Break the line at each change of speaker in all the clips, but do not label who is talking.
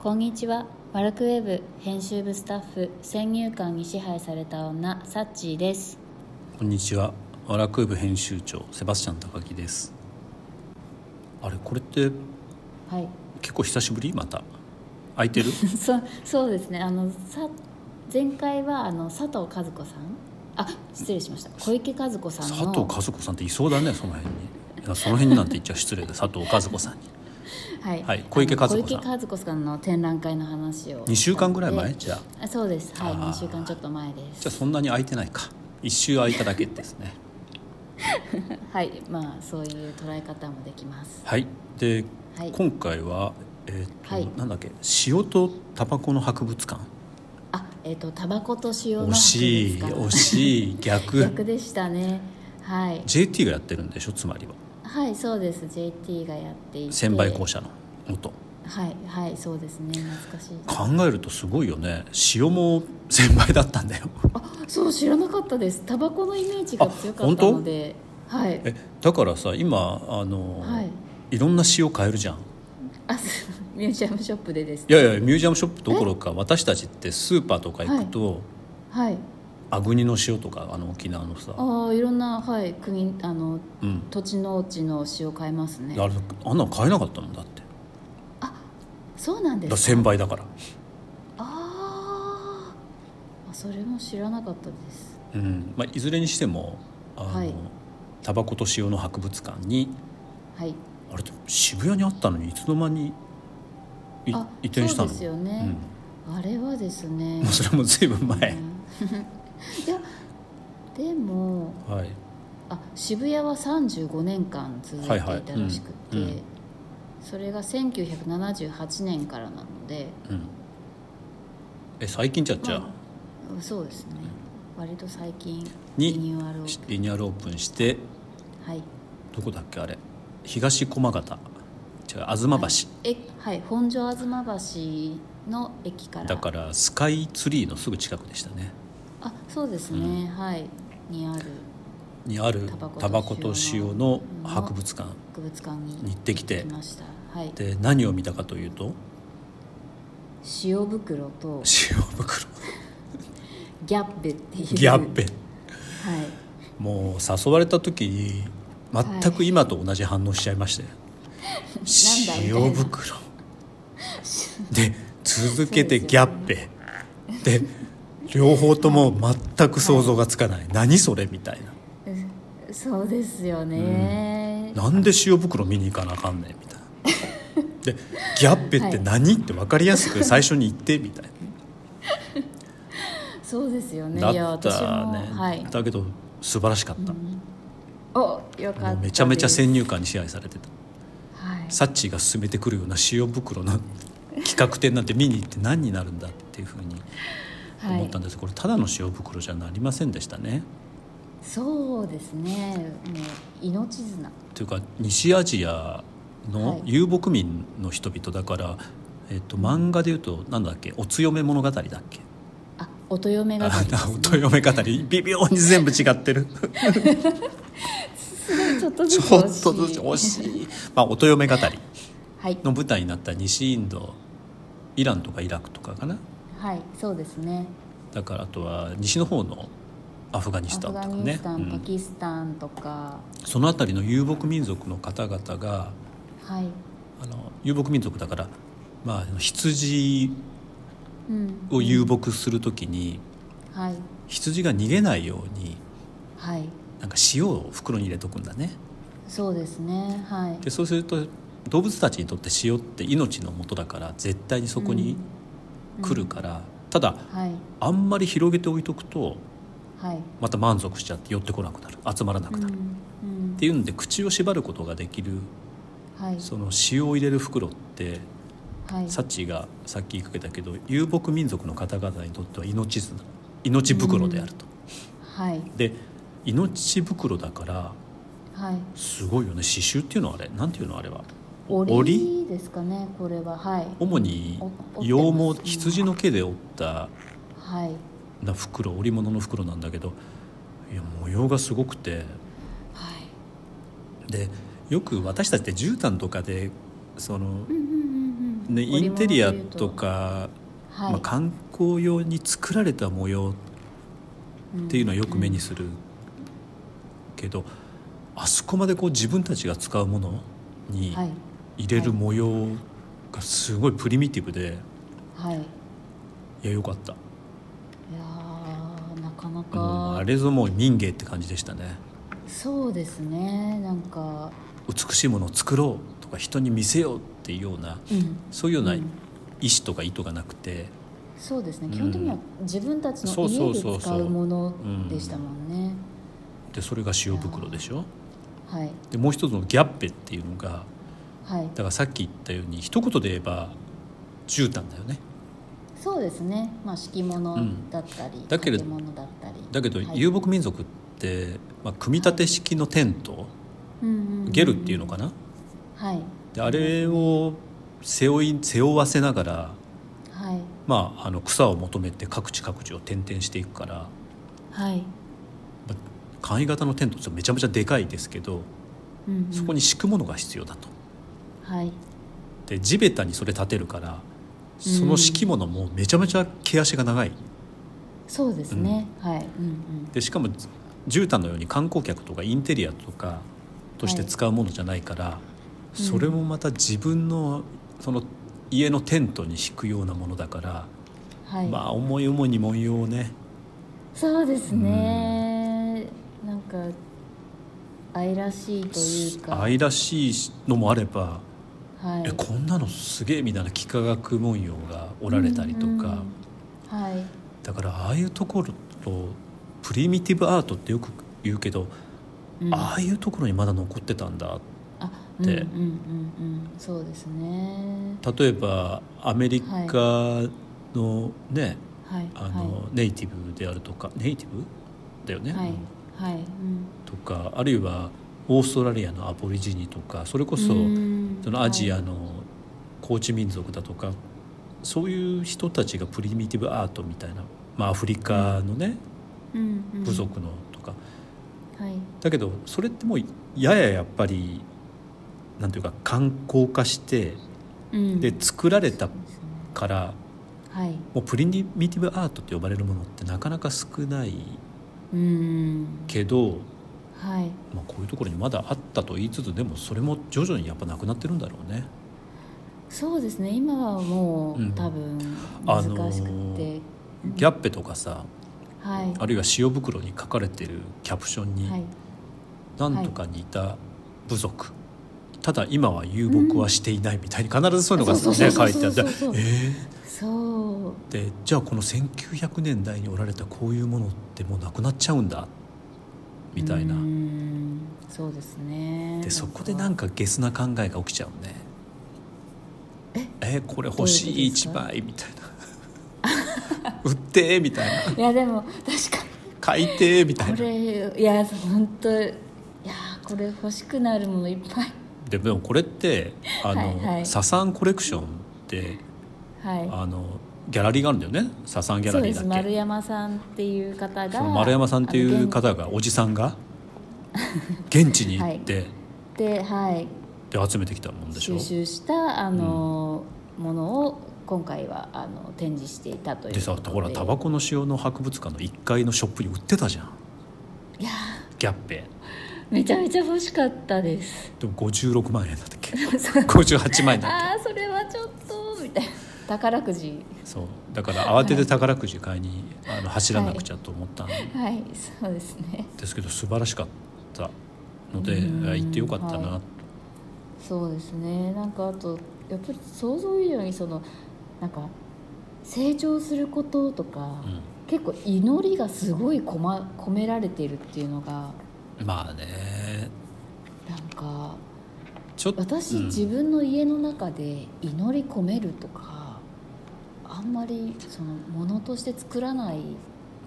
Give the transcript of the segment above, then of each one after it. こんにちはワルクウェブ編集部スタッフ先入観に支配された女サッチーです
こんにちは。ワラクーブ編集長セバスチャン高木です。あれこれって
はい
結構久しぶりまた空いて る？
そそうですねあのさ前回はあの佐藤和子さんあ失礼しました小池和子さん
佐
の
藤和子さんっていそうだねその辺に。いやその辺になんて言っちゃ失礼で佐藤和子さんに。
はい、
はい小池和子さん
小池和子さんの展覧会の話を
二週間ぐらい前
で
じゃあ
あそうですはい
あー
2週間ちょっと前です
じゃあそんなに空いてないか。一周空いただけですね。
はいまあそういう捉え方もできます
はい。で、
はい
今回はえっと、
はい
なんだっけ塩とタバコの博物館。
あえっ、とタバコと塩の
惜しい
博
惜
物館
しい
逆でしたねはい
JT がやってるんでしょつまりは
はいそうです JT がやっていて
専売公社の元。
はいはいそうですね懐かしい
考えるとすごいよね塩も千倍だったんだよ
あそう知らなかったですタバコのイメージが強かっ
あ本
た
当
のではい
えだからさ今あの、
はい
い、ろんな塩買えるじゃん
あす ミュージアムショップでです
いやいやミュージアムショップどころか私たちってスーパーとか行くと、
はい
アグニの塩とかあの沖縄のさ、
ああいろんなはい国あの
うん、
土地の地の塩買えますね
あれあんなの買えなかったもんだってだか
そうなんで
ら
すか
千倍だから、
あーあそれも知らなかったです
うんまあ、いずれにしてもあの、
はい
タバコと塩の博物館に
はい
あれ渋谷にあったのにいつの間にい移
あ
転した
そ
の
うですよね、あれはですね
うん、もうそれも随分前、
いやでも
はい
あ渋谷は35年間続いていたらしくて、
はいはいうんうん
それが1978年からなので
うん、え最近じゃじゃあ、
そうですね割と最近
に
リニューアルを
リニューアルオープンして
はい
どこだっけあれ東駒形違う吾妻
えはい本所吾妻橋の駅か
橋
ら
だからスカイツリーのすぐ近くでしたね
あそうですね、はいにある
にある
タバ
タバ
コ
コ
と
と
塩
塩
の
の博物館
博物館に
に行ってきて
行きましたはい
で何を見たかとい うと
塩袋と
塩袋
ギャッベっていう
ギャッペ
はい
もう誘われた時に全く今と同じ反応しちゃいまして、
だみたいな
塩袋で続けてギャッペで,、両方とも全く想像がつかない、何それみたい
そうですよね、
ななんで塩袋見に行かなあかんねんみたいなでギャッペって何、って分かりやすく最初に言ってみたい
そうですよね
な、
いや
だった
私も
ね、
はい
だけど素晴らしかった、
およかった
もう
です
めちゃめちゃ先入観に支配されてた。
はい
サッチーが進めてくるような塩袋の企画展なんて見に行って何になるんだっていうふうに
は
思っ
い
たんです、これただの塩袋じゃなりませんでしたね。
そうですねもう命綱
というか西アジア
は
の
い
遊牧民の人々だから、えっと、漫画でいうとなんだっけお強め物語だっけ
あ音嫁が
あ
です、ね、
お強め語り微妙に全部違っ てる
ちょっと
ち
ず
ょ
つ
っとずつ
惜しい
惜しい、まあ、お強め語り
はい
の舞台になった西インドイランとかイラクとかかな
はいそうですね
だからあとは西の方のアフガニ
ア
スタ
フ
ン
ガ
とか
ニ
ね
ス、タン、
う
パ
ん
キスタンとか、
その辺りの遊牧民族の方々が
はい
あの遊牧民族だから、まあ、羊
うん
を遊牧する時に
はい
羊が逃げないように
はい
なんか塩を袋に入れとくんだね
そうですねはい
でそうすると動物たちにとって塩って命のもとだから絶対にそこに来るから、ただ
はい
あんまり広げて置いとくと
はい
また満足しちゃって寄ってこなくなる集まらなく
う
なる、っ
んうん
ていうんで口を縛ることができる
はい
その塩を入れる袋って
はい
サッチーがさっき言いかけたけど遊牧民族の方々にとっては命綱命袋であると、
はい
で命袋だから
はい
すごいよね刺繍っていうのはあれなんていうのあれは
折りですかねこれははい
主に
お
羊
折って
毛
ます
羊の毛で折った
はい
な袋織物の袋なんだけどいや模様がすごくて
はい
でよく私たちって絨毯とかでその
うんうんうんうん
ね、
織物
インテリアとか、
はい
まあ、観光用に作られた模様っていうのはよく目にするけど、あそこまでこう自分たちが使うものに
はい
入れる模様がすごいプリミティブで
はいい
いやよかった、
やーなかな
うん、あ
か
れぞもう人芸って感じでしたね
そうですねなんか
美しいものを作ろうとか人に見せようっていうような
うん
そういうような
う
意
ん
思とか意図がなくて、
そうですね
ん
基本的には自分たち
そ
の
うそう
家
そうそう
で使うものでしたもんね
でそれが塩袋でしょ
はい
でもう一つのギャッペっていうのが
はい
だからさっき言ったように一言で言えば絨毯だよね
そうですねまあ敷物
うん
だったり
だけれど
建物だったり
だけど
はい
遊牧民族って、まあ、組み立て式のテント、
うんうんうん
ゲルっていうのかな
はい
であれを背負い背負わせながら、
はい
まあ、あの草を求めて各地各地を転々していくから、ま
はい
あ簡易型のテントってめちゃめちゃでかいですけど
うんうん
そこに敷くものが必要だと。
はい
で地べたにそれ立てるからその敷物もめちゃめちゃ毛足が長い
そうですねはいうんうん
でしかも絨毯のように観光客とかインテリアとかとして使うものじゃないから、
い
それもまた自分のその家のテントに敷くようなものだから、
はい
まあ思い思いに文様をね
そうですね、なんか愛らしいというか
愛らしいのもあれば、
はい
えこんなのすげえみたいな幾何学文様がおられたり
う
とか、
んうんはい
だからああいうところとプリミティブアートってよく言うけど、
うん
ああいうところにまだ残ってたんだ
あうんうん
で
うんうんそうですね
例えばアメリカのね、
はい
あ
は
のネイティブであるとかネイティブだよね、
いは
う
い
ん
はいうん
とかあるいはオーストラリアのアボリジニとかそれこそ
うん
そのアジ
は
アの高地民族だとか、そういう人たちがプリミティブアートみたいな、まあ、アフリカのね、
いうんうん
部族のとか
はい
だけどそれってもうやややっぱりなんていうか観光化して
うん
で作られた
そうですね
から
はい
もうプリミティブアートって呼ばれるものってなかなか少ない
うん
けど
はい
まあ、こういうところにまだあったと言いつつでもそれも徐々にやっぱなくなってるんだろうね。
そうですね今はもう、
うん
多分
あ
難
のー
しくて、
ギャッペとかさ
はい
あるいは塩袋に書かれてるキャプションに
はい
「なんとかにいた部族」ただ今は遊牧はしていないみたいに必ずそういうのが
そう
ね
そうそ
書
う
いてあって
そうそうそう
「え
そう
ー、でじゃあこの1900年代におられたこういうものってもうなくなっちゃうんだ」みたいうな
ー。んそうですね
でそこでなん
か
かゲスな考えが起きちゃうね。えこれ欲
どう
し
い
いう
ことです
一
か
枚みたいな 売ってみたいない
やでも確か
買いてみたい
にこ
な
れいや本当いやこれ欲しくなるものいっぱい
ででもこれってあの、
はいはい
ササンコレクションって
は
あのギャラリーがあるんだよねササン
い
ギャ
そ
ラ
う
リ
で
ーだ
す
っけ
丸山さんっていう方が
その丸山さんっていう方がおじさ んが現地に行って、
あの現地ではい
で集めてきたもんでしょ
収集したあの、ものを今回はあの展示していたという
でさ
こと
ほらタバコの塩の博物館の1階のショップに売ってたじゃん
いや
ギャッペ
めちゃめちゃ欲しかったです
でも56万円だったっ け
そう
58万円だっ
ああそれはちょっとみたいな宝くじ
けそうだから慌てて宝くじ買いに、あの走らなくちゃと思ったん
はいそうですね
ですけど素晴らしかったので
うん
あ行ってよかったな
はそうですねなんかあとやっぱり想像以上にそのなんか成長することとか、結構祈りがすごいこ、ま、込められているっていうのが
まあね
なんか
ちょっと
私、
うん
自分の家の中で祈り込めるとかあんまりそのものとして作らない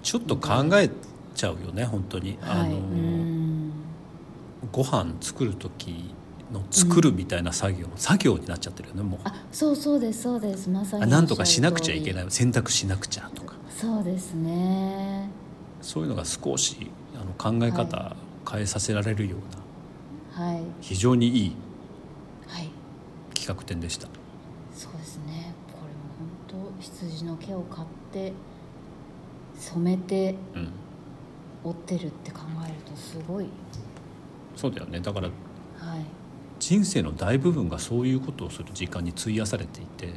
ちょっと考えちゃうよね本当に、あ
はい
の
うん
ご飯作る時の作るみたいな作業、作業になっちゃってるよねもう
あそうそうですそうですまさ
あ
に
なんとかしなくちゃいけないい洗濯しなくちゃとか
そうですね
そういうのが少しあの考え方変えさせられるような、
はい
非常にいい
はい
企画展でした。
そうですねこれも本当羊の毛を買って染めて
うん、
折ってるって考えるとすごい
そうだよねだから
はい
人生の大部分がそういうことをする時間に費やされていて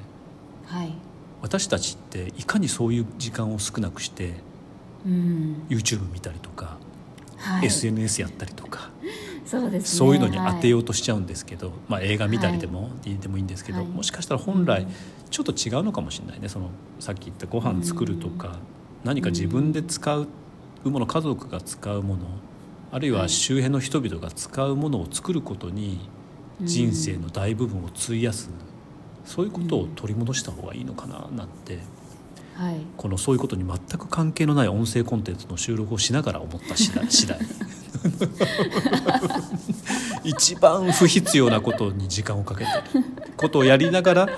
はい
私たちっていかにそういう時間を少なくして
うん
YouTube 見たりとか、
はい
SNS やったりとか
そうですね
そういうのに当てよ
う、
うとしちゃうんですけど、まあ、映画見たりでも、でもいいんですけど、
はい
もしかしたら本来ちょっと違うのかもしれないねそのさっき言ったご飯作るとか、何か自分で使うもの家族が使うものあるい
は
はい周辺の人々が使うものを作ることに
うん
人生の大部分を費やす、そういうことを取り戻した方がいいのかななんて
はい、はい
このそういうことに全く関係のない音声コンテンツの収録をしながら思った次第次第一番不必要なことに時間をかけてることをやりながら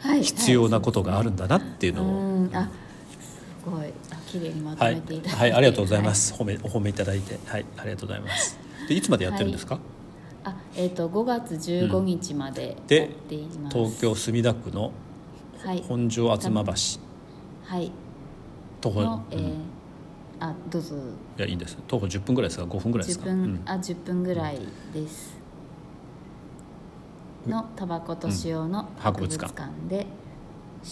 はい、
必要なことがあるんだなっていう
う
のを、
んあすごいあ綺麗にまと
は
め
い
ていただいて、
はい、ありがとうございます、褒めお褒めいただいてはいありがとうございますでいつまでやってるんですか、
あえっ、と5月15日まで
で
やっています、
東京墨田区の
はい
本庄吾妻橋
はい
徒歩、
の、え
うん
ー
い
あどうぞ
やいいんです徒歩10分ぐらいですか5分ぐらいです
10
か
分、
うん
あ10分ぐらいです、のタバコと塩の
ん
博
博
物
物
館
館
で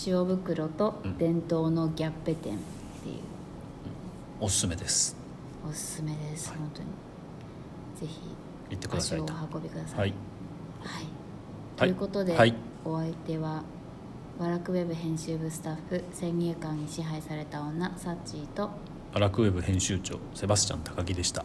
塩袋と伝統のギャッペ店っていう
おすすめです
おすすめです、本当にぜひ
行ってくだ
足
さい
を
と
お運びください、
はい
はい
は
と
い
いうことで、
はい
お相手はワラクウェブ編集部スタッフ先入観に支配された女サッチーと
アラクウェブ編集長セバスチャン高木でした